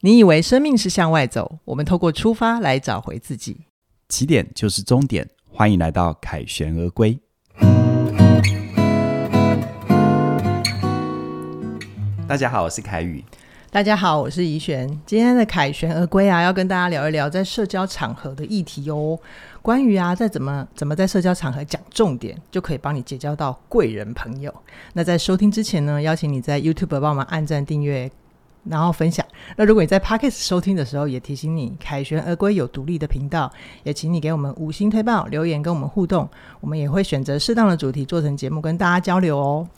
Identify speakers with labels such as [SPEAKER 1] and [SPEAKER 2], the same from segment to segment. [SPEAKER 1] 你以为生命是向外走，我们透过出发来找回自己。
[SPEAKER 2] 起点就是终点，欢迎来到凯旋而归。大家好，我是凯宇。
[SPEAKER 1] 大家好，我是怡璇。今天的凯旋而归啊，要跟大家聊一聊在社交场合的议题哦。关于啊，在怎么怎么在社交场合讲重点，就可以帮你结交到贵人朋友。那在收听之前呢，邀请你在 YouTube 帮忙按赞、订阅，然后分享。那如果你在 Podcast 收听的时候，也提醒你，凯旋而归有独立的频道，也请你给我们五星推报、留言跟我们互动，我们也会选择适当的主题做成节目跟大家交流哦。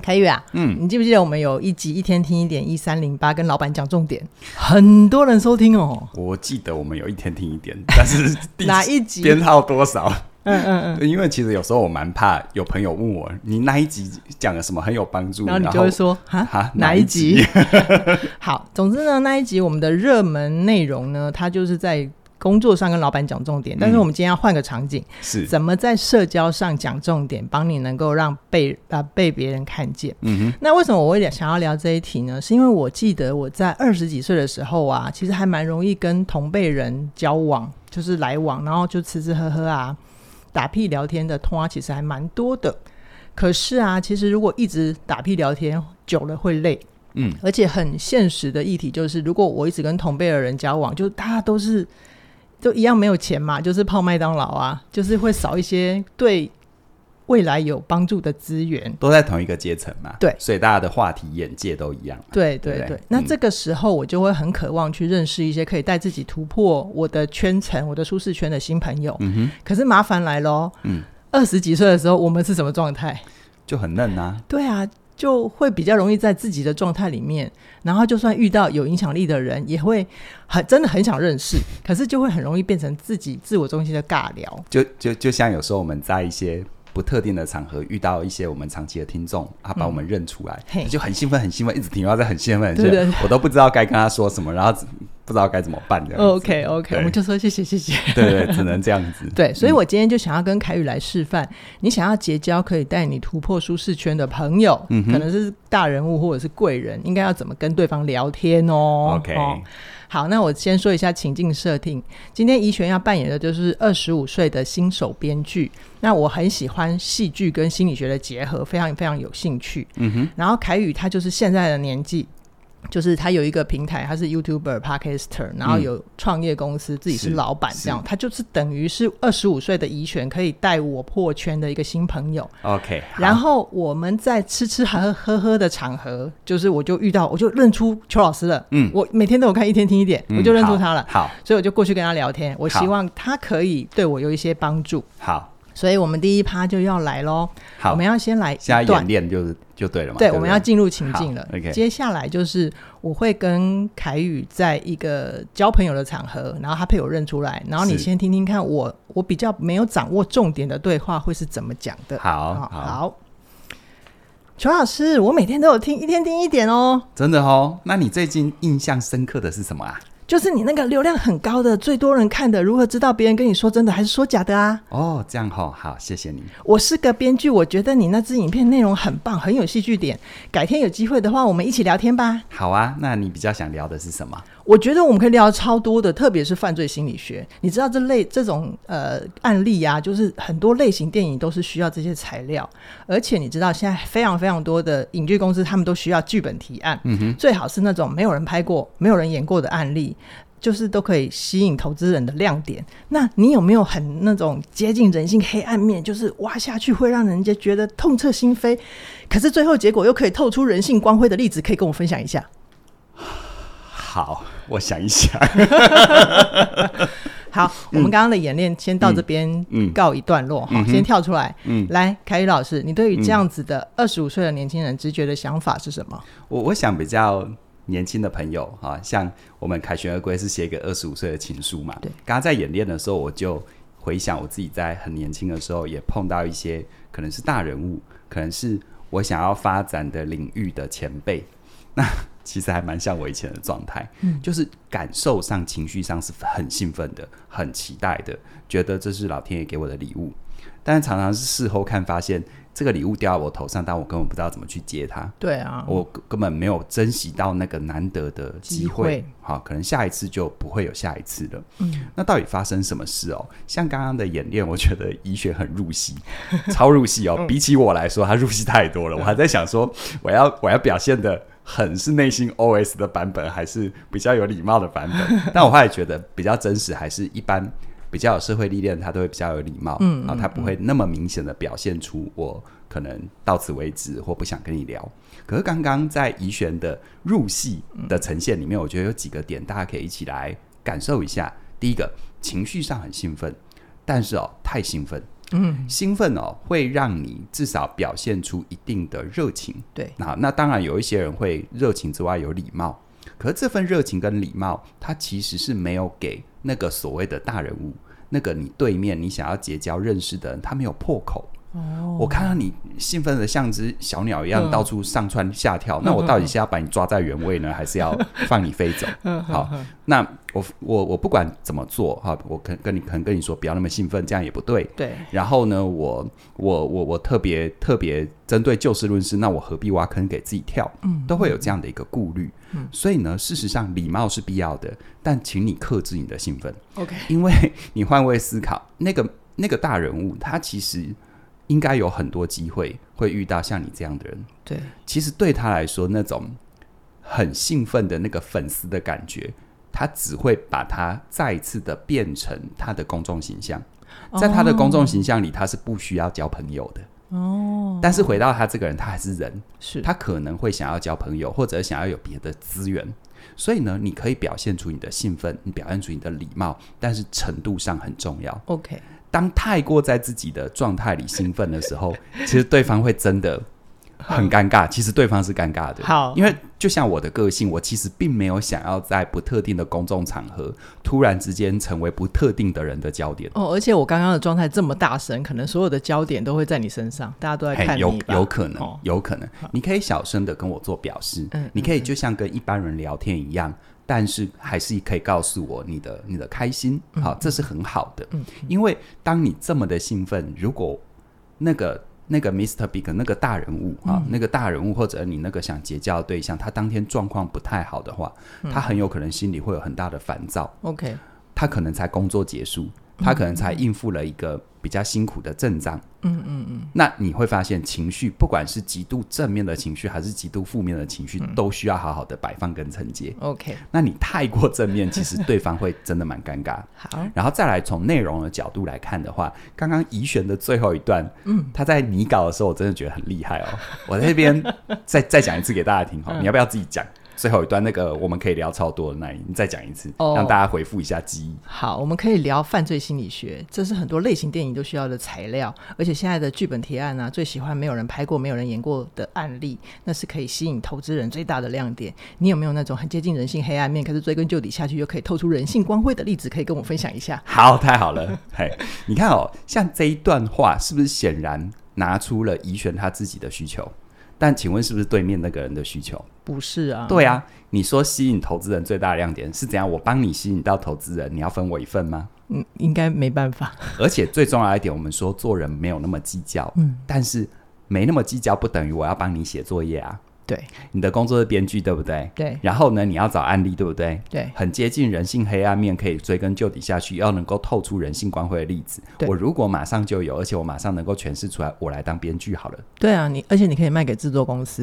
[SPEAKER 1] 凯宇啊，嗯，你记不记得我们有一集一天听一点一三零八，跟老板讲重点，很多人收听哦。
[SPEAKER 2] 我记得我们有一天听一点，但是第
[SPEAKER 1] 哪一集
[SPEAKER 2] 编号多少？
[SPEAKER 1] 嗯嗯嗯。
[SPEAKER 2] 因为其实有时候我蛮怕有朋友问我，你那一集讲了什么很有帮助，
[SPEAKER 1] 然后你就会说
[SPEAKER 2] 哈
[SPEAKER 1] 哈
[SPEAKER 2] 哪
[SPEAKER 1] 哪
[SPEAKER 2] 一
[SPEAKER 1] 一集？ 好，总之呢，那一集我们的热门内容呢，它就是在工作上跟老板讲重点，但是我们今天要换个场景，
[SPEAKER 2] 是
[SPEAKER 1] 怎么在社交上讲重点，帮你能够让被啊、被别人看见。
[SPEAKER 2] 嗯
[SPEAKER 1] 那为什么我会想要聊这一题呢？是因为我记得我在二十几岁的时候啊，其实还蛮容易跟同辈人交往，就是来往，然后就吃吃喝喝啊，打屁聊天的通话其实还蛮多的。可是啊，其实如果一直打屁聊天久了会累，
[SPEAKER 2] 嗯，
[SPEAKER 1] 而且很现实的议题就是，如果我一直跟同辈的人交往，就大家都是都一样没有钱嘛，就是泡麦当劳啊，就是会少一些对未来有帮助的资源。
[SPEAKER 2] 都在同一个阶层嘛，
[SPEAKER 1] 对
[SPEAKER 2] 所以大家的话题眼界都一样。
[SPEAKER 1] 对
[SPEAKER 2] 对
[SPEAKER 1] 对
[SPEAKER 2] 不
[SPEAKER 1] 对，
[SPEAKER 2] 对
[SPEAKER 1] 那
[SPEAKER 2] 嗯
[SPEAKER 1] 这个时候我就会很渴望去认识一些可以带自己突破我的圈层、我的舒适圈的新朋友。
[SPEAKER 2] 嗯哼，
[SPEAKER 1] 可是麻烦来喽，
[SPEAKER 2] 嗯，
[SPEAKER 1] 二十几岁的时候我们是什么状态？
[SPEAKER 2] 就很嫩啊，
[SPEAKER 1] 对啊，就会比较容易在自己的状态里面，然后就算遇到有影响力的人，也会很真的很想认识，可是就会很容易变成自己自我中心的尬聊。
[SPEAKER 2] 就就就像有时候我们在一些不特定的场合遇到一些我们长期的听众，他把我们认出来，
[SPEAKER 1] 嗯嘿
[SPEAKER 2] 就很兴奋，很兴奋，一直停留在很兴奋，很兴
[SPEAKER 1] 对
[SPEAKER 2] 奋
[SPEAKER 1] 对
[SPEAKER 2] 我都不知道该跟他说什么，然后只不知道该怎么办这样子。
[SPEAKER 1] 哦 OK OK，
[SPEAKER 2] 对
[SPEAKER 1] 我们就说谢谢谢谢。
[SPEAKER 2] 对对，只能这样子。
[SPEAKER 1] 对，所以
[SPEAKER 2] 嗯
[SPEAKER 1] 我今天就想要跟凯宇来示范，你想要结交可以带你突破舒适圈的朋友，
[SPEAKER 2] 嗯哼
[SPEAKER 1] 可能是大人物或者是贵人，应该要怎么跟对方聊天哦。
[SPEAKER 2] OK
[SPEAKER 1] 哦好，那我先说一下情境设定。今天怡璇要扮演的就是二十五岁的新手编剧。那我很喜欢戏剧跟心理学的结合，非常非常有兴趣。
[SPEAKER 2] 嗯哼，
[SPEAKER 1] 然后凯宇他就是现在的年纪，就是他有一个平台，他是 YouTuber、Podcaster，然后有创业公司，自己是老板，
[SPEAKER 2] 嗯是
[SPEAKER 1] 这样他就是等于是二十五岁的怡璇可以带我破圈的一个新朋友。
[SPEAKER 2] OK，
[SPEAKER 1] 然
[SPEAKER 2] 好
[SPEAKER 1] 后我们在吃吃喝喝喝的场合，就是我就遇到，我就认出邱老师了。
[SPEAKER 2] 嗯
[SPEAKER 1] 我每天都有看一天听一点，
[SPEAKER 2] 嗯
[SPEAKER 1] 我就认出他了，
[SPEAKER 2] 好
[SPEAKER 1] 所以我就过去跟他聊天。我
[SPEAKER 2] 好
[SPEAKER 1] 希望他可以对我有一些帮助，
[SPEAKER 2] 好
[SPEAKER 1] 所以我们第一趴就要来喽。
[SPEAKER 2] 好，
[SPEAKER 1] 我们要先来
[SPEAKER 2] 现在
[SPEAKER 1] 一段
[SPEAKER 2] 演练就是就对了嘛。
[SPEAKER 1] 对，
[SPEAKER 2] 不
[SPEAKER 1] 我们要进入情境
[SPEAKER 2] 好
[SPEAKER 1] 了。
[SPEAKER 2] ，OK
[SPEAKER 1] 接下来就是我会跟凯宇在一个交朋友的场合，然后他被我认出来，然后你
[SPEAKER 2] 是
[SPEAKER 1] 先听听看我我比较没有掌握重点的对话会是怎么讲的。
[SPEAKER 2] 好
[SPEAKER 1] 好，
[SPEAKER 2] 好，
[SPEAKER 1] 好裘老师，我每天都有听，一天听一点哦。
[SPEAKER 2] 真的哦。那你最近印象深刻的是什么啊？
[SPEAKER 1] 就是你那个流量很高的、最多人看的，如何知道别人跟你说真的还是说假的啊？
[SPEAKER 2] 哦，这样哦，好，谢谢你。
[SPEAKER 1] 我是个编剧，我觉得你那支影片内容很棒，很有戏剧点。改天有机会的话，我们一起聊天吧。
[SPEAKER 2] 好啊，那你比较想聊的是什么？
[SPEAKER 1] 我觉得我们可以聊超多的，特别是犯罪心理学。你知道这类这种呃案例啊，就是很多类型电影都是需要这些材料，而且你知道现在非常非常多的影剧公司，他们都需要剧本提案，
[SPEAKER 2] 嗯哼，
[SPEAKER 1] 最好是那种没有人拍过、没有人演过的案例。就是都可以吸引投资人的亮点。那你有没有很那种接近人性黑暗面？就是挖下去会让人家觉得痛彻心扉，可是最后结果又可以透出人性光辉的例子，可以跟我分享一下？
[SPEAKER 2] 好，我想一想。
[SPEAKER 1] 好，我们刚刚的演练先到这边
[SPEAKER 2] 嗯嗯嗯
[SPEAKER 1] 告一段落哈、
[SPEAKER 2] 嗯哼
[SPEAKER 1] 先跳出来。
[SPEAKER 2] 嗯
[SPEAKER 1] 来，凯宇老师，你对于这样子的二十五岁的年轻人直觉的想法是什么？
[SPEAKER 2] 我我想比较年轻的朋友啊，像我们凯旋而归是写给二十五岁的情书嘛。
[SPEAKER 1] 对，
[SPEAKER 2] 刚刚在演练的时候，我就回想我自己在很年轻的时候也碰到一些可能是大人物，可能是我想要发展的领域的前辈。 那其实还蛮像我以前的状态，嗯、就是感受上、情绪上是很兴奋的、很期待的，觉得这是老天爷给我的礼物。但常常是事后看发现，这个礼物掉到我头上，但我根本不知道怎么去接它，
[SPEAKER 1] 对啊，
[SPEAKER 2] 我根根本没有珍惜到那个难得的机
[SPEAKER 1] 机会
[SPEAKER 2] 会。好，可能下一次就不会有下一次了。
[SPEAKER 1] 嗯，
[SPEAKER 2] 那到底发生什么事哦？像刚刚的演练，我觉得医学很 入戏，超入戏
[SPEAKER 1] 嗯
[SPEAKER 2] 哦。比起我来说，他入戏太多了。我还在想说，我要我要表现的很是内心 OS 的版本，还是比较有礼貌的版 本？但我后来觉得比较真实，还是一般比较有社会历练，他都会比较有礼貌，
[SPEAKER 1] 嗯
[SPEAKER 2] 然后他不会那么明显的表现出我可能到此为止或不想跟你聊。可是刚刚在怡璇的入戏的呈现里面，我觉得有几个点大家可以一起来感受一下。第一个，情绪上很兴奋，但是哦，太兴奋，
[SPEAKER 1] 嗯，
[SPEAKER 2] 兴奋哦会让你至少表现出一定的热情。
[SPEAKER 1] 对，
[SPEAKER 2] 那那当然有一些人会热情之外有礼貌，可是这份热情跟礼貌，它其实是没有给那个所谓的大人物，那个你对面你想要结交认识的人，他没有破口。
[SPEAKER 1] 哦，
[SPEAKER 2] 我看到你兴奋的像只小鸟一样
[SPEAKER 1] 嗯
[SPEAKER 2] 到处上蹿下跳，那我到底是要把你抓在原位呢，还是要放你飞走？ 好，那我我我不管怎么做哈，我可跟你可能跟你说不要那么兴奋，这样也不对。
[SPEAKER 1] 对，
[SPEAKER 2] 然后呢，我我我我特别特别针对就事论事，那我何必挖坑给自己跳？
[SPEAKER 1] 嗯，
[SPEAKER 2] 都会有这样的一个顾虑。
[SPEAKER 1] 嗯
[SPEAKER 2] 所以呢，事实上礼貌是必要的，但请你克制你的兴奋。
[SPEAKER 1] OK，
[SPEAKER 2] 因为你换位思考，那个那个大人物，他其实应该有很多机会会遇到像你这样的人。
[SPEAKER 1] 对，
[SPEAKER 2] 其实对他来说，那种很兴奋的那个粉丝的感觉，他只会把它再一次的变成他的公众形象。在他的公众形象里，他是不需要交朋友的。
[SPEAKER 1] 哦，
[SPEAKER 2] 但是回到他这个人，他还是人，
[SPEAKER 1] 是
[SPEAKER 2] 他可能会想要交朋友，或者想要有别的资源。所以呢，你可以表现出你的兴奋，你表现出你的礼貌，但是程度上很重要。
[SPEAKER 1] OK，
[SPEAKER 2] 当太过在自己的状态里兴奋的时候，其实对方会真的很尴尬。其实对方是尴尬的，
[SPEAKER 1] 好，
[SPEAKER 2] 因为就像我的个性，我其实并没有想要在不特定的公众场合突然之间成为不特定的人的焦点。
[SPEAKER 1] 哦，而且我刚刚的状态这么大声，可能所有的焦点都会在你身上，大家都在
[SPEAKER 2] 嘿
[SPEAKER 1] 看
[SPEAKER 2] 有
[SPEAKER 1] 你吧
[SPEAKER 2] 有可能，
[SPEAKER 1] 哦
[SPEAKER 2] 有可能，你可以小声的跟我做表示，
[SPEAKER 1] 嗯
[SPEAKER 2] 你可以就像跟一般人聊天一样，但是还是可以告诉我你的你的开心，
[SPEAKER 1] 嗯
[SPEAKER 2] 好、这是很好的，因为当你这么的兴奋，如果那个。那个 Mr. Big 那个大人物
[SPEAKER 1] 嗯
[SPEAKER 2] 啊，那个大人物或者你那个想结交的对象，他当天状况不太好的话，
[SPEAKER 1] 嗯
[SPEAKER 2] 他很有可能心里会有很大的烦躁，
[SPEAKER 1] OK，
[SPEAKER 2] 他可能才工作结束，他可能才应付了一个比较辛苦的阵仗。
[SPEAKER 1] 嗯嗯嗯，
[SPEAKER 2] 那你会发现，情绪不管是极度正面的情绪，还是极度负面的情
[SPEAKER 1] 嗯
[SPEAKER 2] 绪，都需要好好的摆放跟承接。
[SPEAKER 1] OK，
[SPEAKER 2] 那你太过正面，其实对方会真的蛮尴尬。
[SPEAKER 1] 好，
[SPEAKER 2] 然后再来从内容的角度来看的话，刚刚怡璇的最后一段，嗯，他在拟稿的时候，我真的觉得很厉害 哦。我在这边再再讲一次给大家听
[SPEAKER 1] 嗯
[SPEAKER 2] 哈、你要不要自己讲最后一段那个我们可以聊超多的那一，你再讲一次，
[SPEAKER 1] 哦
[SPEAKER 2] 让大家回复一下记忆。
[SPEAKER 1] 好，我们可以聊犯罪心理学，这是很多类型电影都需要的材料，而且现在的剧本提案啊，最喜欢没有人拍过、没有人演过的案例，那是可以吸引投资人最大的亮点。你有没有那种很接近人性黑暗面，可是追根究底下去又可以透出人性光辉的例子，可以跟我分享一下？
[SPEAKER 2] 好，太好了， 嘿，你看哦，像这一段话是不是显然拿出了怡璇他自己的需求？但请问是不是对面那个人的需求？
[SPEAKER 1] 不是啊，
[SPEAKER 2] 对啊，你说吸引投资人最大的亮点是怎样？我帮你吸引到投资人，你要分我一份吗？
[SPEAKER 1] 嗯，应该没办法。
[SPEAKER 2] 而且最重要一点，我们说做人没有那么计较，
[SPEAKER 1] 嗯，
[SPEAKER 2] 但是没那么计较不等于我要帮你写作业啊。
[SPEAKER 1] 对
[SPEAKER 2] 你的工作是编剧，对不对？
[SPEAKER 1] 对
[SPEAKER 2] 然后呢，你要找案例，对不对？
[SPEAKER 1] 对，
[SPEAKER 2] 很接近人性黑暗面，可以追根究底下去，要能够透出人性光辉的例子。
[SPEAKER 1] 对
[SPEAKER 2] 我如果马上就有，而且我马上能够诠释出来，我来当编 剧好了。
[SPEAKER 1] 对啊，你而且你可以卖给制作公司。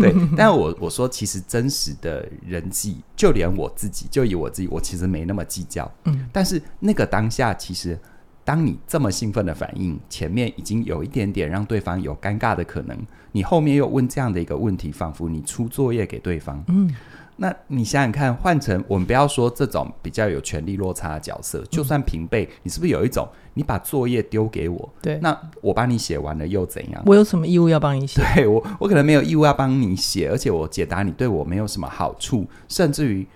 [SPEAKER 2] 对，但我我说，其实真实的人际，就连我自己，就以我自己，我其实没那么计较。
[SPEAKER 1] 嗯，
[SPEAKER 2] 但是那个当下，其实当你这么兴奋的反应，前面已经有一点点让对方有尴尬的可能，你后面又问这样的一个问题，仿佛你出作业给对方。
[SPEAKER 1] 嗯，
[SPEAKER 2] 那你想想看，换成我们不要说这种比较有权力落差的角
[SPEAKER 1] 嗯
[SPEAKER 2] 色，就算平辈，你是不是有一种你把作业丢给我，
[SPEAKER 1] 对，
[SPEAKER 2] 那我帮你写完了又怎样？
[SPEAKER 1] 我有什么义务要帮你写？
[SPEAKER 2] 对我，我可能没有义务要帮你写，而且我解答你对我没有什么好处，甚至于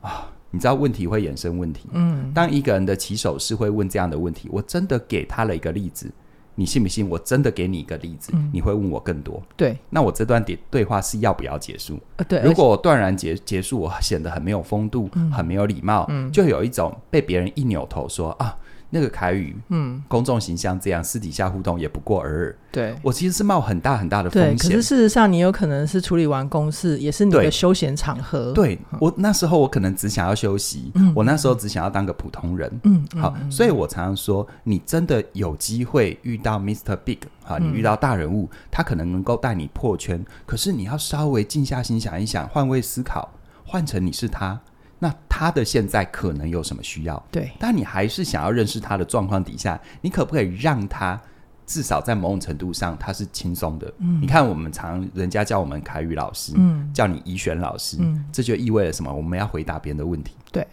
[SPEAKER 2] 啊，你知道问题会衍生问题。
[SPEAKER 1] 嗯，
[SPEAKER 2] 当一个人的起手是会问这样的问题，我真的给他了一个例子，你信不信？我真的给你一个例子，
[SPEAKER 1] 嗯
[SPEAKER 2] 你会问我更多。
[SPEAKER 1] 对，
[SPEAKER 2] 那我这段对对话是要不要结束？
[SPEAKER 1] 呃对，嗯
[SPEAKER 2] 如果我断然结结束，我显得很没有风度，很没有礼貌，就有一种被别人一扭头说啊，那个凯宇
[SPEAKER 1] 嗯，
[SPEAKER 2] 公众形象这样，私底下互动也不过尔尔。
[SPEAKER 1] 对。
[SPEAKER 2] 我其实是冒很大很大的
[SPEAKER 1] 对，
[SPEAKER 2] 风
[SPEAKER 1] 可
[SPEAKER 2] 险
[SPEAKER 1] 是。事实上，你有可能是处理完公事，也是你
[SPEAKER 2] 对
[SPEAKER 1] 的休闲场合。，
[SPEAKER 2] 对我那时候，我可能只想要休息，我那时候只想要当个普通人。
[SPEAKER 1] 嗯，嗯
[SPEAKER 2] 好，所以我常常说，你真的有机会遇到 Mr. Big 啊，
[SPEAKER 1] 嗯
[SPEAKER 2] 你遇到大人物，他可能能够带你破圈，可是你要稍微静下心想一想，换位思考，换成你是他，那他的现在可能有什么需要？
[SPEAKER 1] 对，
[SPEAKER 2] 但你还是想要认识他的状况底下，你可不可以让他至少在某种程度上他是轻松的？你看，我们常人家叫我们凯宇老师，
[SPEAKER 1] 嗯，
[SPEAKER 2] 叫你怡璇老师，
[SPEAKER 1] 嗯
[SPEAKER 2] 这就意味了什么？我们要回答别人的问题。
[SPEAKER 1] 对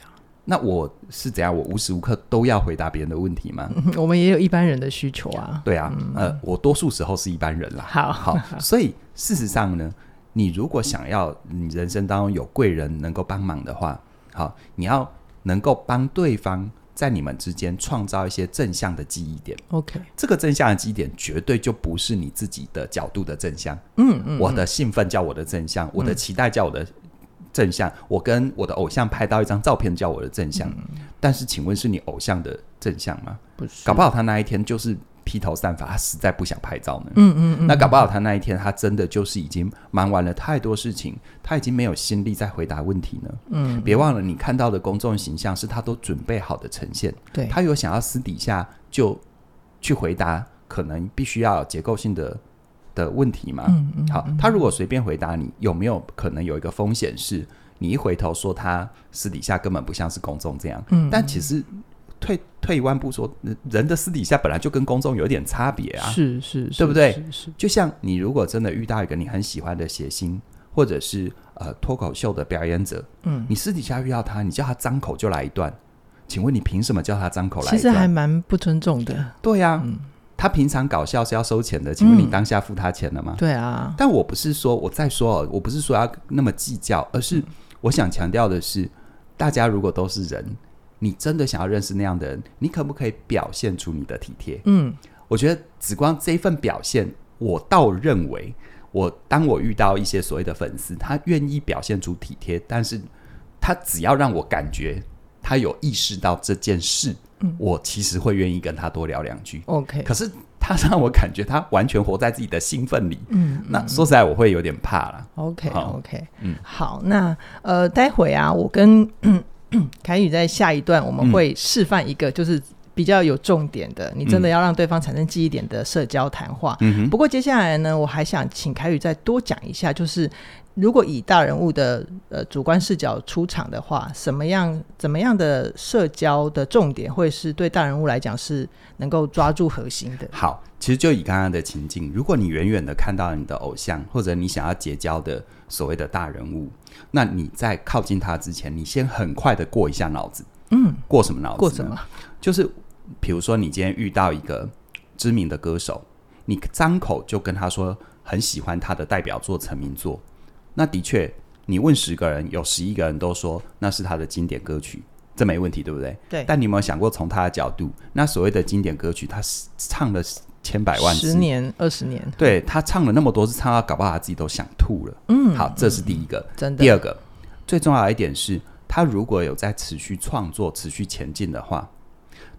[SPEAKER 2] 那我是怎样？我无时无刻都要回答别人的问题吗？
[SPEAKER 1] 嗯我 们也有一般人的需求啊。
[SPEAKER 2] 对啊，呃，我多数时候是一般人啦。
[SPEAKER 1] 好
[SPEAKER 2] 好，所以事实上呢，你如果想要你人生当中有贵人能够帮忙的话，好，你要能够帮对方在你们之间创造一些正向的记忆点。
[SPEAKER 1] ，OK，
[SPEAKER 2] 这个正向的记忆点绝对就不是你自己的角度的正向，
[SPEAKER 1] 嗯嗯，
[SPEAKER 2] 我的兴奋叫我的正向，我的期待叫我的正向，我跟我的偶像拍到一张照片叫我的正向。但是，请问是你偶像的正向吗？
[SPEAKER 1] 不嗯是，
[SPEAKER 2] 搞不好他那一天就是披头散发，他实在不想拍照呢。
[SPEAKER 1] 嗯嗯嗯，
[SPEAKER 2] 那搞不好他那一天，他真的就是已经忙完了太多事情，他已经没有心力再回答问题呢。
[SPEAKER 1] 嗯，
[SPEAKER 2] 别忘了，你看到的公众形象是他都准备好的呈现，
[SPEAKER 1] 对，
[SPEAKER 2] 他有想要私底下就去回答，可能必须要有结构性的的问题嘛。
[SPEAKER 1] 嗯嗯，
[SPEAKER 2] 好，他如果随便回答你，有没有可能有一个风险是，你一回头说他私底下根本不像是公众这样？
[SPEAKER 1] 嗯，
[SPEAKER 2] 但其实退退一万步说，呃人的私底下本来就跟公众有点差别啊。
[SPEAKER 1] 是是，是
[SPEAKER 2] 对不对？
[SPEAKER 1] 是是，
[SPEAKER 2] 就像你如果真的遇到一个你很喜欢的谐星，或者是呃脱口秀的表演者，
[SPEAKER 1] 嗯，
[SPEAKER 2] 你私底下遇到他，你叫他张口就来一段，请问你凭什么叫他张口来
[SPEAKER 1] 其
[SPEAKER 2] 一
[SPEAKER 1] 实还
[SPEAKER 2] 段？
[SPEAKER 1] 蛮不尊重的。
[SPEAKER 2] 对啊呀、
[SPEAKER 1] 嗯
[SPEAKER 2] 他平常搞笑是要收钱的，请问你
[SPEAKER 1] 嗯
[SPEAKER 2] 当下付他钱了吗？
[SPEAKER 1] 对啊，
[SPEAKER 2] 但我不是说我再说哦，我不是说要那么计较，而是我想强调的是，大家如果都是人，你真的想要认识那样的人，你可不可以表现出你的体贴？
[SPEAKER 1] 嗯，
[SPEAKER 2] 我觉得紫光这一份表现，我倒认为，我当我遇到一些所谓的粉丝，他愿意表现出体贴，但是他只要让我感觉他有意识到这件事，
[SPEAKER 1] 嗯
[SPEAKER 2] 我其实会愿意跟他多聊两句。
[SPEAKER 1] OK，
[SPEAKER 2] 可是他让我感觉他完全活在自己的兴奋里，
[SPEAKER 1] 嗯
[SPEAKER 2] 那说实在我会有点怕啦。
[SPEAKER 1] ，OK
[SPEAKER 2] 好
[SPEAKER 1] OK，
[SPEAKER 2] 嗯
[SPEAKER 1] 好，那呃，待会啊，我跟 凯宇在下一段我们
[SPEAKER 2] 嗯
[SPEAKER 1] 会示范一个，就是比较有重点的，你真的
[SPEAKER 2] 嗯
[SPEAKER 1] 要让对方产生记忆点的社交谈话。
[SPEAKER 2] 嗯
[SPEAKER 1] 不过接下来呢，我还想请凯宇再多讲一下，就是如果以大人物的呃主观视角出场的话，什么样怎么样的社交的重点会是对大人物来讲是能够抓住核心的？
[SPEAKER 2] 好，其实就以刚刚的情境，如果你远远的看到你的偶像，或者你想要结交的所谓的大人物，那你在靠近他之前，你先很快的过一下脑子，
[SPEAKER 1] 嗯，
[SPEAKER 2] 过什么脑子？
[SPEAKER 1] 过什？么？
[SPEAKER 2] 就是比如说你今天遇到一个知名的歌手，你张口就跟他说很喜欢他的代表作成名作，那的确，你问十个人，有十一个人都说那是他的经典歌曲，这没问题，对不对？
[SPEAKER 1] 对，
[SPEAKER 2] 但你有没有想过，从他的角度，那所谓的经典歌曲，他是唱了千百万次，
[SPEAKER 1] 十年、二十年，
[SPEAKER 2] 对他唱了那么多次，唱到搞不好他自己都想吐了。
[SPEAKER 1] 嗯，
[SPEAKER 2] 好，这是第一个。
[SPEAKER 1] 真的。
[SPEAKER 2] 第二个，最重要的一点是，他如果有在持续创作、持续前进的话，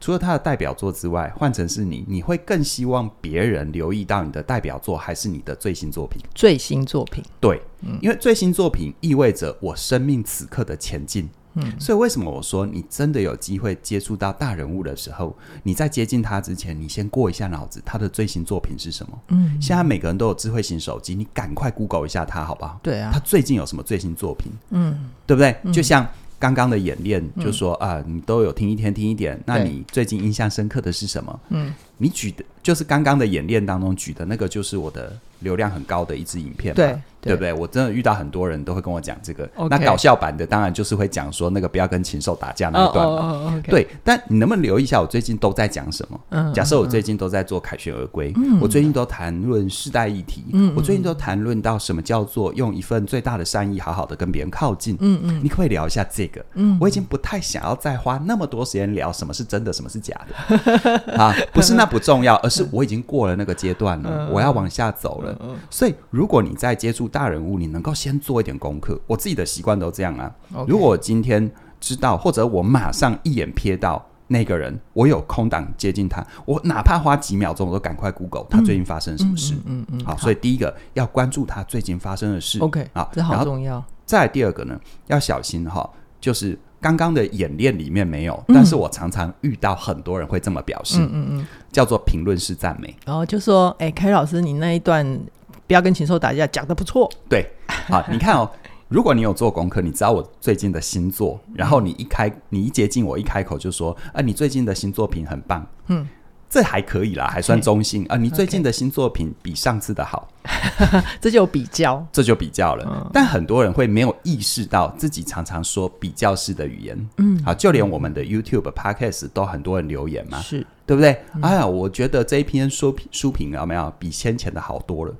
[SPEAKER 2] 除了他的代表作之外，换成是你，你会更希望别人留意到你的代表作，还是你的最新作品？
[SPEAKER 1] 最新作品，
[SPEAKER 2] 对，
[SPEAKER 1] 嗯
[SPEAKER 2] 因为最新作品意味着我生命此刻的前进。
[SPEAKER 1] 嗯
[SPEAKER 2] 所以为什么我说你真的有机会接触到大人物的时候，你在接近他之前，你先过一下脑子，他的最新作品是什么？
[SPEAKER 1] 嗯，
[SPEAKER 2] 现在每个人都有智慧型手机，你赶快 Google 一下他好不好？
[SPEAKER 1] 对啊
[SPEAKER 2] 他，最近有什么最新作品？
[SPEAKER 1] 嗯，
[SPEAKER 2] 对不对？就像刚刚的演练，就说啊、你都有听一天听一点，那你最近印象深刻的是什么？
[SPEAKER 1] 嗯，
[SPEAKER 2] 你举的就是刚刚的演练当中举的那个，就是我的流量很高的一支影片嘛，
[SPEAKER 1] 对
[SPEAKER 2] 对不对？我真的遇到很多人都会跟我讲这个。
[SPEAKER 1] OK
[SPEAKER 2] 那搞笑版的当然就是会讲说那个不要跟禽兽打架那
[SPEAKER 1] 哦
[SPEAKER 2] 一
[SPEAKER 1] 哦
[SPEAKER 2] 段嘛。
[SPEAKER 1] 哦，OK，
[SPEAKER 2] 对，但你能不能留意一下我最近都在讲什么？
[SPEAKER 1] 嗯，嗯，嗯
[SPEAKER 2] 假设我最近都在做凯旋而归，我最近都谈论世代议题，我最近都谈论到什么叫做用一份最大的善意，好好的跟别人靠近。
[SPEAKER 1] 嗯嗯
[SPEAKER 2] 你可不可以聊一下这个？
[SPEAKER 1] 嗯，
[SPEAKER 2] 我已经不太想要再花那么多时间聊什么是真的，什么是假 的啊，不是那不重要，而是我已经过了那个阶段
[SPEAKER 1] 嗯
[SPEAKER 2] 了，我要往下走了。所以，如果你在接触大人物，你能够先做一点功课。我自己的习惯都这样啊。
[SPEAKER 1] OK
[SPEAKER 2] 如果我今天知道，或者我马上一眼瞥到那个人，我有空档接近他，我哪怕花几秒钟，我都赶快 Google 他最近发生什么事。
[SPEAKER 1] 嗯嗯，
[SPEAKER 2] 好，所以第一个要关注他最近发生的事。
[SPEAKER 1] OK
[SPEAKER 2] 好
[SPEAKER 1] 这
[SPEAKER 2] 然
[SPEAKER 1] 好
[SPEAKER 2] 后
[SPEAKER 1] 重要。
[SPEAKER 2] 再来第二个呢，要小心哈，就是刚刚的演练里面没有，但是我常常遇到很多人会这么表示，
[SPEAKER 1] 嗯嗯嗯嗯，
[SPEAKER 2] 叫做评论式赞美。
[SPEAKER 1] 然后就说，哎、凯老师，你那一段不要跟禽兽打架，讲的不错。
[SPEAKER 2] 对， 好，你看哦，如果你有做功课，你知道我最近的新作，然后你一开，你一接近我，一开口就说啊，你最近的新作品很棒，
[SPEAKER 1] 嗯，
[SPEAKER 2] 这还可以啦，还算中性啊，你最
[SPEAKER 1] OK
[SPEAKER 2] 近的新作品比上次的好，
[SPEAKER 1] 这就有比较。
[SPEAKER 2] 这就比较了。
[SPEAKER 1] 嗯
[SPEAKER 2] 但很多人会没有意识到自己常常说比较式的语言，嗯，好，就连我们的 YouTube、Podcast 都很多人留言嘛，
[SPEAKER 1] 是，
[SPEAKER 2] 对不对？
[SPEAKER 1] 嗯
[SPEAKER 2] 哎呀，我觉得这一篇书评书评啊有没有比先前的好 多了？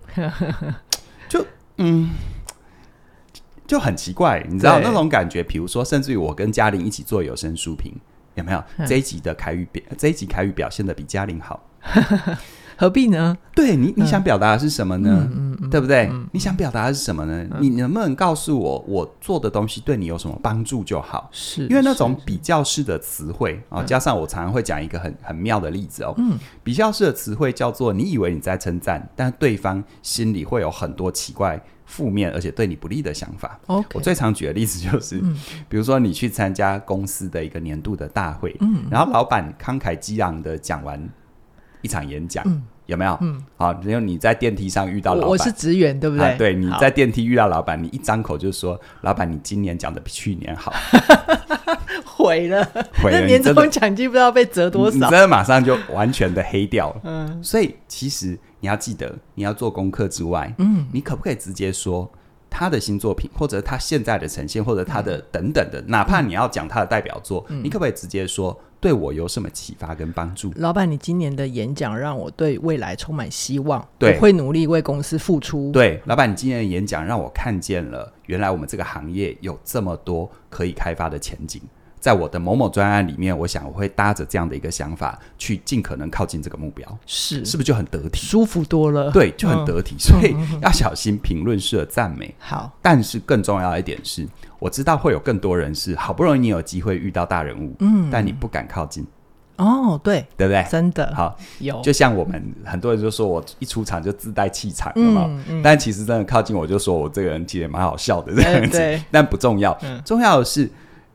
[SPEAKER 2] 就嗯，就很奇怪，你知道
[SPEAKER 1] 对
[SPEAKER 2] 那种感觉。比如说，甚至于我跟嘉玲一起做有声书评，有没有？
[SPEAKER 1] 嗯
[SPEAKER 2] 这一集的凯宇表，这一集凯宇表现的比嘉玲好。
[SPEAKER 1] 何必呢？
[SPEAKER 2] 对你，你想表达的是什么呢？
[SPEAKER 1] 嗯嗯，
[SPEAKER 2] 对不对？你想表达的是什么呢？你能不能告诉我，我做的东西对你有什么帮助就好？
[SPEAKER 1] 是，
[SPEAKER 2] 因为那种比较式的词汇啊，加上我常常会讲一个很很妙的例子哦，
[SPEAKER 1] 嗯，
[SPEAKER 2] 比较式的词汇叫做你以为你在称赞，但对方心里会有很多奇怪、负面而且对你不利的想法。
[SPEAKER 1] OK，
[SPEAKER 2] 我最常举的例子就是，
[SPEAKER 1] 嗯
[SPEAKER 2] 比如说你去参加公司的一个年度的大会，
[SPEAKER 1] 嗯
[SPEAKER 2] 然后老板慷慨激昂的讲完一场演讲，
[SPEAKER 1] 嗯
[SPEAKER 2] 有没有？
[SPEAKER 1] 嗯，
[SPEAKER 2] 好，然后你在电梯上遇到老
[SPEAKER 1] 我我
[SPEAKER 2] 板，
[SPEAKER 1] 是职员，对不对？
[SPEAKER 2] 啊、对，你
[SPEAKER 1] 好
[SPEAKER 2] 在电梯遇到老板，你一张口就说：“老板，你今年讲的比去 年好。”
[SPEAKER 1] 毁了，
[SPEAKER 2] 毁了
[SPEAKER 1] 那
[SPEAKER 2] 你
[SPEAKER 1] 年
[SPEAKER 2] 真的
[SPEAKER 1] 终奖金不知道被折多
[SPEAKER 2] 你
[SPEAKER 1] 少
[SPEAKER 2] 真。的马上就完全的黑掉了。
[SPEAKER 1] 嗯
[SPEAKER 2] 所以其实你要记得，你要做功课之外，
[SPEAKER 1] 嗯，
[SPEAKER 2] 你可不可以直接说他的新作品，或者他现在的呈现，或者他的等等的，哪怕你要讲他的代表作，你可不可以直接说对我有什么启发跟帮助？
[SPEAKER 1] 老板，你今年的演讲让我对未来充满希望，
[SPEAKER 2] 对
[SPEAKER 1] 我会努力为公司付出。
[SPEAKER 2] 对，老板，你今天的演讲让我看见了，原来我们这个行业有这么多可以开发的前景。在我的某某专案里面，我想我会搭着这样的一个想法，去尽可能靠近这个目标，
[SPEAKER 1] 是
[SPEAKER 2] 是不是就很得体？
[SPEAKER 1] 舒服多了。，
[SPEAKER 2] 对，就很
[SPEAKER 1] 嗯
[SPEAKER 2] 得体，所以要小心评论式的赞美。
[SPEAKER 1] 好，
[SPEAKER 2] 但是更重要的一点是，我知道会有更多人是好不容易你有机会遇到大人物，
[SPEAKER 1] 嗯，
[SPEAKER 2] 但你不敢靠近，
[SPEAKER 1] 哦，对，
[SPEAKER 2] 对不对？
[SPEAKER 1] 真的
[SPEAKER 2] 哎
[SPEAKER 1] 哦
[SPEAKER 2] 好，
[SPEAKER 1] 有，
[SPEAKER 2] 就像我们很多人就说我一出场就自带气场，有没有？
[SPEAKER 1] 嗯
[SPEAKER 2] 但其实真的靠近我就说我这个人其实也蛮好笑的这
[SPEAKER 1] 哎
[SPEAKER 2] 样子，
[SPEAKER 1] 对
[SPEAKER 2] 但不重要，
[SPEAKER 1] 嗯
[SPEAKER 2] 重要的是。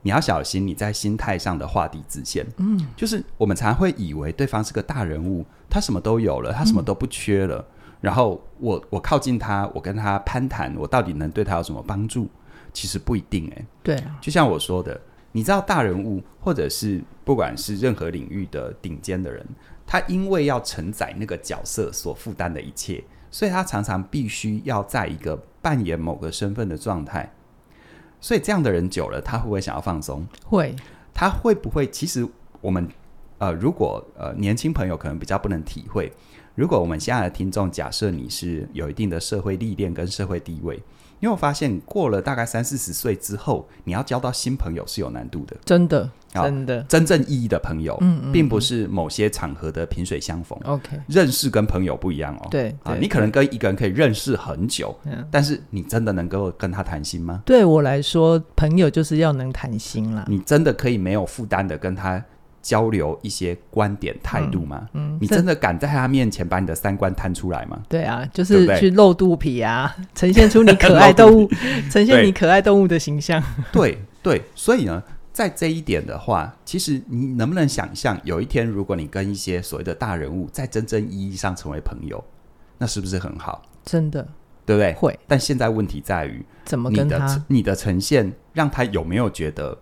[SPEAKER 2] 你要小心你在心态上的画地自限，嗯，就是我们常会以为对方是个大人物，他什么都有了，他什么都不缺了，然后我我靠近他，我跟他攀谈，我到底能对他有什么帮助？其实不一定欸诶、
[SPEAKER 1] 对啊，
[SPEAKER 2] 就像我说的，你知道大人物或者是不管是任何领域的顶尖的人，他因为要承载那个角色所负担的一切，所以他常常必须要在一个扮演某个身份的状态。所以这样的人久了，他会不会想要放松？
[SPEAKER 1] 会，
[SPEAKER 2] 他会不会？其实我们呃，如果呃年轻朋友可能比较不能体会，如果我们现在的听众假设你是有一定的社会历练跟社会地位，你有发现过了大概三四十岁之后，你要交到新朋友是有难度的。
[SPEAKER 1] 真的，
[SPEAKER 2] 好
[SPEAKER 1] 真的，
[SPEAKER 2] 真正意义的朋友，
[SPEAKER 1] 嗯嗯
[SPEAKER 2] 并不是某些场合的萍水相逢。
[SPEAKER 1] OK，
[SPEAKER 2] 认识跟朋友不一样哦。
[SPEAKER 1] 对
[SPEAKER 2] 啊
[SPEAKER 1] 对，
[SPEAKER 2] 你可能跟一个人可以认识很久，
[SPEAKER 1] 嗯
[SPEAKER 2] 但是你真的能够跟他谈心吗？
[SPEAKER 1] 对我来说，朋友就是要能谈心啦。
[SPEAKER 2] 你真的可以没有负担的跟他交流一些观点态度吗？
[SPEAKER 1] 嗯，
[SPEAKER 2] 你
[SPEAKER 1] 这
[SPEAKER 2] 真的敢在他面前把你的三观摊出来吗？
[SPEAKER 1] 对啊，就
[SPEAKER 2] 对
[SPEAKER 1] 是
[SPEAKER 2] 不对
[SPEAKER 1] 去露肚皮啊，呈现出 你可爱动物，呈现
[SPEAKER 2] 对
[SPEAKER 1] 你可爱动物的形象。
[SPEAKER 2] 对对，所以呢，在这一点的话，其实你能不能想象，有一天如果你跟一些所谓的大人物在真正意义上成为朋友，那是不是很好？
[SPEAKER 1] 真的
[SPEAKER 2] 对不对？
[SPEAKER 1] 会
[SPEAKER 2] 但现在问题在于，
[SPEAKER 1] 怎么
[SPEAKER 2] 你
[SPEAKER 1] 跟
[SPEAKER 2] 的
[SPEAKER 1] 他
[SPEAKER 2] 呈？你的呈现让他有没有觉得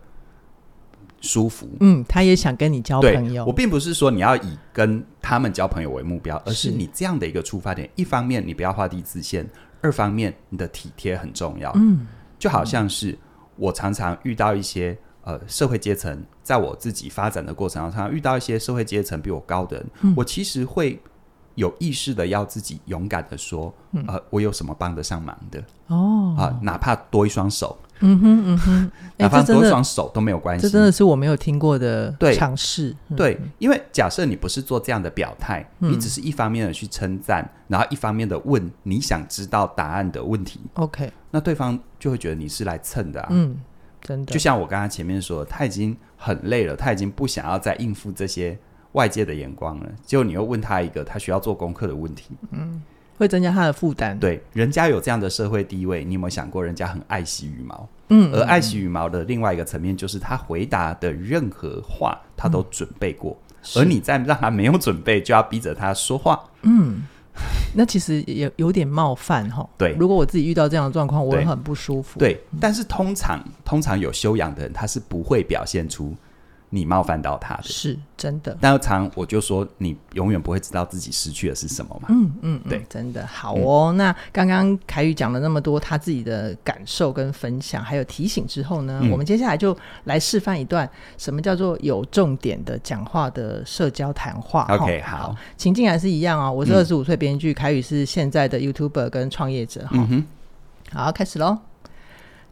[SPEAKER 2] 舒服？
[SPEAKER 1] 嗯，他也想跟你交
[SPEAKER 2] 对
[SPEAKER 1] 朋友
[SPEAKER 2] 我。并不是说你要以跟他们交朋友为目标，而是
[SPEAKER 1] 是
[SPEAKER 2] 你这样的一个出发点。一方面你不要画地自限，二方面你的体贴很重要。
[SPEAKER 1] 嗯，
[SPEAKER 2] 就好像是我常常遇到一些呃社会阶层，在我自己发展的过程当中，常常遇到一些社会阶层比我高的人，
[SPEAKER 1] 嗯
[SPEAKER 2] 我其实会有意识的要自己勇敢的说，呃，我有什么帮得上忙的
[SPEAKER 1] 嗯哦，
[SPEAKER 2] 啊、哪怕多一双手，
[SPEAKER 1] 嗯哼嗯哼， 哎、
[SPEAKER 2] 哪怕
[SPEAKER 1] 这真
[SPEAKER 2] 多一
[SPEAKER 1] 的，
[SPEAKER 2] 双手都没有关系。
[SPEAKER 1] 这真的是我没有听过的
[SPEAKER 2] 对
[SPEAKER 1] 尝试。嗯，
[SPEAKER 2] 对，因为假设你不是做这样的表态，
[SPEAKER 1] 嗯
[SPEAKER 2] 你只是一方面的去称赞，然后一方面的问你想知道答案的问题，
[SPEAKER 1] OK，
[SPEAKER 2] 那对方就会觉得你是来蹭的啊。
[SPEAKER 1] 嗯，真的
[SPEAKER 2] 就像我刚刚前面说的，他已经很累了，他已经不想要再应付这些外界的眼光了。结果你又问他一个他需要做功课的问
[SPEAKER 1] 嗯
[SPEAKER 2] 题，
[SPEAKER 1] 会增加他的负担。，
[SPEAKER 2] 对，人家有这样的社会地位，你有没有想过人家很爱惜羽毛？
[SPEAKER 1] 嗯，
[SPEAKER 2] 而爱惜羽毛的另外一个层面就是他回答的任何话他
[SPEAKER 1] 嗯
[SPEAKER 2] 都准备过，而你再让他没有准备，就要逼着他说话。
[SPEAKER 1] 那其实也有点冒犯哈。
[SPEAKER 2] 对
[SPEAKER 1] 如果我自己遇到这样的状况，我会
[SPEAKER 2] 对
[SPEAKER 1] 很不舒服。，
[SPEAKER 2] 对，但是通常通常有修养的人，他是不会表现出你冒犯到他的。
[SPEAKER 1] 是真的。
[SPEAKER 2] 但常我就说，你永远不会知道自己失去的是什么嘛。
[SPEAKER 1] 嗯嗯，嗯
[SPEAKER 2] 对，
[SPEAKER 1] 真的好哦。那刚刚凯宇讲了那么多他自己的感受跟分享，还有提醒之后呢，
[SPEAKER 2] 嗯
[SPEAKER 1] 我们接下来就来示范一段什么叫做有重点的讲话的社交谈话。哈
[SPEAKER 2] OK，好，
[SPEAKER 1] 情境还是一样啊、我是二
[SPEAKER 2] 嗯
[SPEAKER 1] 十五岁编剧，凯宇是现在的 YouTuber 跟创业者。
[SPEAKER 2] 嗯哼，
[SPEAKER 1] 好，开始喽。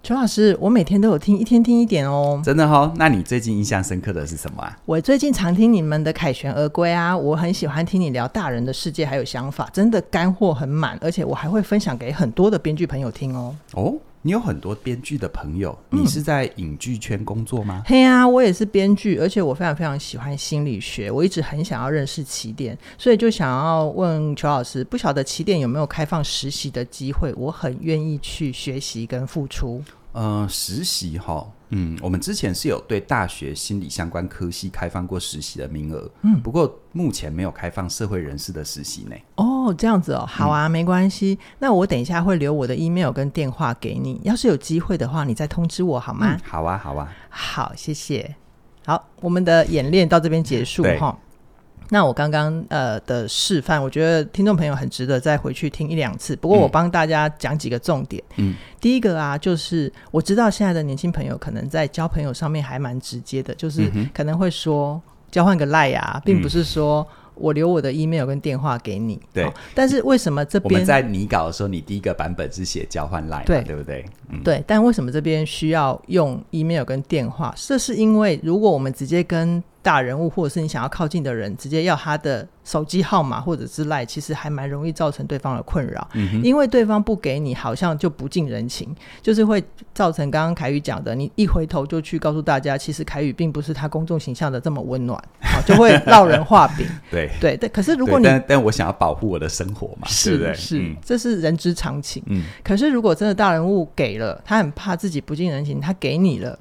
[SPEAKER 1] 邱老师，我每天都有听，一天听一点哦。
[SPEAKER 2] 真的哦。那你最近印象深刻的是什么啊？
[SPEAKER 1] 我最近常听你们的凯旋而归啊，我很喜欢听你聊大人的世界还有想法，真的干货很满，而且我还会分享给很多的编剧朋友听哦。
[SPEAKER 2] 哦，嗯你有很多编剧的朋友，你是在影剧圈工作吗？
[SPEAKER 1] 嘿啊，我也是编剧，而且我非常非常喜欢心理学，我一直很想要认识起点，所以就想要问邱老师，不晓得起点有没有开放实习的机会？我很愿意去学习跟付出。
[SPEAKER 2] 呃，实习哈，嗯，我们之前是有对大学心理相关科系开放过实习的名额，嗯，不过目前没有开放社会人士的实习呢。
[SPEAKER 1] 哦，这样子哦，好啊，没关系。那我等一下会留我的 email 跟电话给你，要是有机会的话，你再通知我好吗？
[SPEAKER 2] 嗯，好啊，好啊，
[SPEAKER 1] 好，谢谢。好，我们的演练到这边结束
[SPEAKER 2] 对
[SPEAKER 1] 哈。那我刚刚呃的示范，我觉得听众朋友很值得再回去听一两次。不过我
[SPEAKER 2] 嗯
[SPEAKER 1] 帮大家讲几个重点。
[SPEAKER 2] 嗯，
[SPEAKER 1] 第一个啊，就是我知道现在的年轻朋友可能在交朋友上面还蛮直接的，就是
[SPEAKER 2] 嗯哼
[SPEAKER 1] 可能会说交换个赖啊，并
[SPEAKER 2] 嗯
[SPEAKER 1] 不是说我留我的 email 跟电话给你。
[SPEAKER 2] 对
[SPEAKER 1] 好但是为什么这
[SPEAKER 2] 我
[SPEAKER 1] 边
[SPEAKER 2] 们在拟稿的时候，你第一个版本是写交换 line，嘛
[SPEAKER 1] 对
[SPEAKER 2] 对不对？嗯，
[SPEAKER 1] 对，但为什么这边需要用 email 跟电话？这是因为如果我们直接跟大人物或者是你想要靠近的人，直接要他的手机号码或者是赖，其实还蛮容易造成对方的困扰，
[SPEAKER 2] 嗯哼，
[SPEAKER 1] 因为对方不给你，好像就不近人情，就是会造成刚刚凯宇讲的，你一回头就去告诉大家，其实凯宇并不是他公众形象的这么温暖，好就 会落人话柄。
[SPEAKER 2] 对。
[SPEAKER 1] 对，但可是如果
[SPEAKER 2] 对
[SPEAKER 1] 你
[SPEAKER 2] 但但我想要保护我的生活嘛，对不对？
[SPEAKER 1] 是是
[SPEAKER 2] 嗯，
[SPEAKER 1] 这是人之常情。
[SPEAKER 2] 嗯
[SPEAKER 1] 可是如果真的大人物给了，他很怕自己不近人情，他给你了。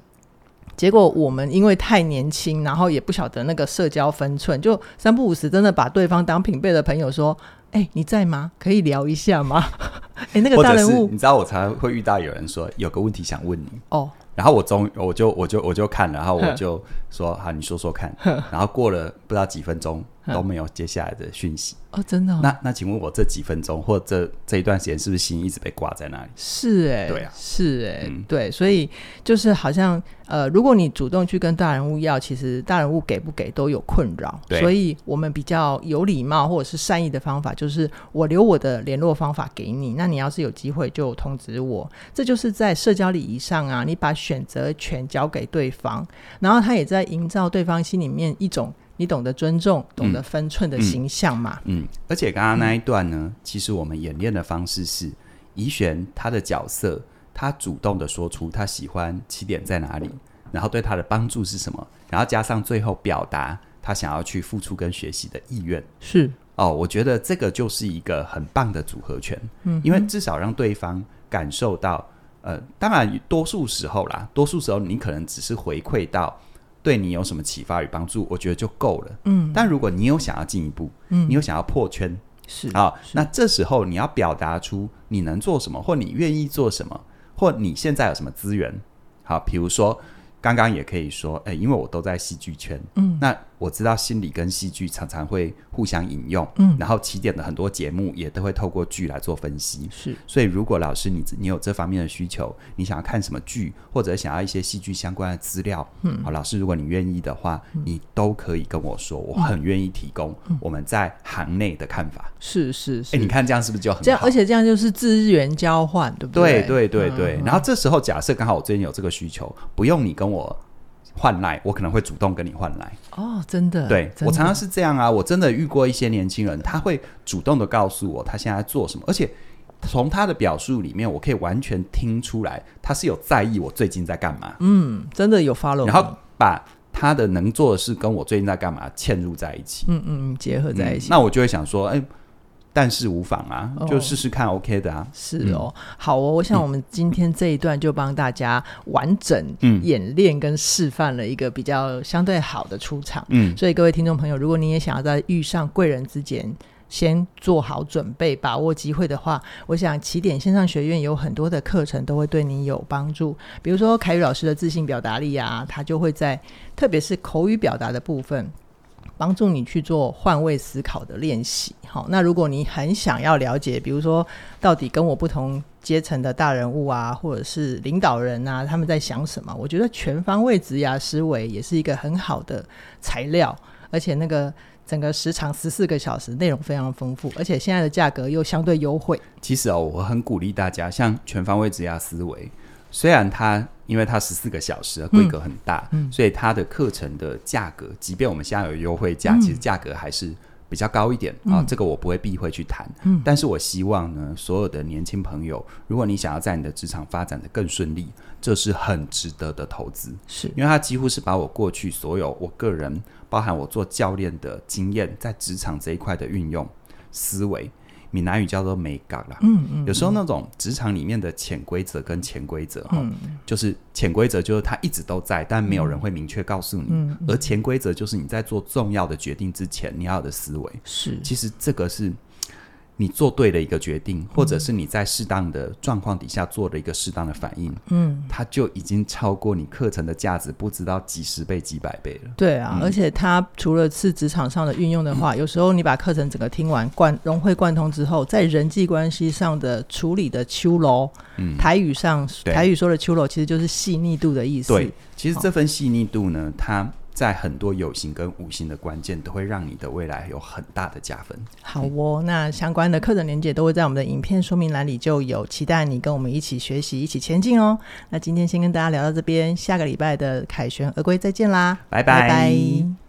[SPEAKER 1] 结果我们因为太年轻，然后也不晓得那个社交分寸，就三不五时真的把对方当平辈的朋友说：“哎、你在吗？可以聊一下吗？” 哎、那个
[SPEAKER 2] 或
[SPEAKER 1] 大
[SPEAKER 2] 者
[SPEAKER 1] 人
[SPEAKER 2] 是
[SPEAKER 1] 物
[SPEAKER 2] 你知道，我常常会遇到有人说有个问题想问你，
[SPEAKER 1] 哦，
[SPEAKER 2] 然后我终于我就我就我就看了，然后我
[SPEAKER 1] 哼
[SPEAKER 2] 就说好，你说说看
[SPEAKER 1] 哼。
[SPEAKER 2] 然后过了不知道几分钟
[SPEAKER 1] 哼
[SPEAKER 2] 都没有接下来的讯息，
[SPEAKER 1] 哦，真的、哦，
[SPEAKER 2] 那那请问我这几分钟或这这一段时间是不是心一直被挂在那里？
[SPEAKER 1] 是哎、
[SPEAKER 2] 对啊
[SPEAKER 1] 是哎、
[SPEAKER 2] 嗯
[SPEAKER 1] 对，所以就是好像呃，如果你主动去跟大人物要，其实大人物给不给都有困扰，
[SPEAKER 2] 对
[SPEAKER 1] 所以我们比较有礼貌或者是善意的方法，就是我留我的联络方法给你，那你要是有机会就通知我，这就是在社交礼仪上啊，你把选择权交给对方，然后他也在营造对方心里面一种你懂得尊重、懂得分寸的
[SPEAKER 2] 嗯
[SPEAKER 1] 形象嘛。
[SPEAKER 2] 嗯，而且刚刚那一段呢，其实我们演练的方式是，怡璇她的角色，她主动的说出她喜欢起点在哪里，然后对她的帮助是什么，然后加上最后表达她想要去付出跟学习的意愿。
[SPEAKER 1] 是，
[SPEAKER 2] 哦，我觉得这个就是一个很棒的组合拳，
[SPEAKER 1] 嗯哼，
[SPEAKER 2] 因为至少让对方感受到，呃，当然多数时候啦，多数时候你可能只是回馈到对你有什么启发与帮助，我觉得就够了。
[SPEAKER 1] 嗯
[SPEAKER 2] 但如果你有想要进一步，
[SPEAKER 1] 嗯
[SPEAKER 2] 你有想要破圈
[SPEAKER 1] 是
[SPEAKER 2] 啊、那这时候你要表达出你能做什么，或你愿意做什么，或你现在有什么资源。好，比如说刚刚也可以说，哎、因为我都在戏剧圈，
[SPEAKER 1] 嗯，
[SPEAKER 2] 那我知道心理跟戏剧常常会互相引用，
[SPEAKER 1] 嗯
[SPEAKER 2] 然后起点的很多节目也都会透过剧来做分析，
[SPEAKER 1] 是
[SPEAKER 2] 所以，如果老师你你有这方面的需求，你想要看什么剧，或者想要一些戏剧相关的资料，嗯，好，老师，如果你愿意的话，你都可以跟我说，我很愿意提供我们在行内的看法。
[SPEAKER 1] 是是是。
[SPEAKER 2] 哎、你看这样是不是就很好？
[SPEAKER 1] 嗯这样，而且这样就是资源交换，对不
[SPEAKER 2] 对
[SPEAKER 1] 对嗯
[SPEAKER 2] 对对对。然后这时候，假设刚好我最近有这个需求，不用你跟我换来，我可能会主动跟你换来。
[SPEAKER 1] 哦，真的，
[SPEAKER 2] 对
[SPEAKER 1] 真的
[SPEAKER 2] 我常常是这样啊，我真的遇过一些年轻人，他会主动的告诉我他现在在做什么，而且从他的表述里面，我可以完全听出来，他是有在意我最近在干嘛，
[SPEAKER 1] 嗯，真的有 follow，
[SPEAKER 2] 然后把他的能做的事跟我最近在干嘛嵌入在一起，
[SPEAKER 1] 嗯嗯嗯结合在一起。
[SPEAKER 2] 那我就会想说，哎、但是无妨啊，
[SPEAKER 1] 哦
[SPEAKER 2] 就试试看，OK 的啊。
[SPEAKER 1] 是哦，好哦，我想我们今天这一段就帮大家完整
[SPEAKER 2] 嗯
[SPEAKER 1] 演练跟示范了一个比较相对好的出场。
[SPEAKER 2] 嗯，
[SPEAKER 1] 所以各位听众朋友，如果你也想要在遇上贵人之前。先做好准备，把握机会的话，我想起点线上学院有很多的课程都会对你有帮助。比如说凯宇老师的自信表达力啊，他就会在特别是口语表达的部分，帮助你去做换位思考的练习。好，那如果你很想要了解，比如说到底跟我不同阶层的大人物啊，或者是领导人啊，他们在想什么，我觉得全方位职涯思维也是一个很好的材料，而且那个。整个时长十四个小时，内容非常丰富，而且现在的价格又相对优惠。
[SPEAKER 2] 其实哦，我很鼓励大家，像全方位职涯思维，虽然它因为它十四个小时，规格很大，所以它的课程的价格，即便我们现在有优惠价，其实价格还是比较高一点、啊。这个我不会避讳去谈，但是我希望呢，所有的年轻朋友，如果你想要在你的职场发展的更顺利，这是很值得的投资。
[SPEAKER 1] 是
[SPEAKER 2] 因为他几乎是把我过去所有我个人，包含我做教练的经验，在职场这一块的运用思维，闽南语叫做美感啦。嗯嗯有时候那种职场里面的潜规则跟潜规则哈，就是潜规则就是它一直都在，但没有人会明确告诉你。而潜规则就是你在做重要的决定之前，你要有的思维。
[SPEAKER 1] 是
[SPEAKER 2] 其实这个是你做对的一个决定，或者是你在适当的状况底下做的一个适当的反应，嗯，它就已经超过你课程的价值，不知道几十倍、几百倍了。
[SPEAKER 1] 对啊，而且它除了是职场上的运用的
[SPEAKER 2] 嗯
[SPEAKER 1] 话，有时候你把课程整个听完贯融会贯通之后，在人际关系上的处理的秋楼，
[SPEAKER 2] 嗯
[SPEAKER 1] 台语上
[SPEAKER 2] 对
[SPEAKER 1] 台语说的秋楼其实就是细腻度的意思。
[SPEAKER 2] 对，其实这份细腻度呢，它在很多有形跟无形的关键，都会让你的未来有很大的加分。
[SPEAKER 1] 好哦，那相关的课程连接都会在我们的影片说明栏里就有，期待你跟我们一起学习，一起前进哦。那今天先跟大家聊到这边，下个礼拜的凯旋而归再见啦，
[SPEAKER 2] 拜
[SPEAKER 1] 拜拜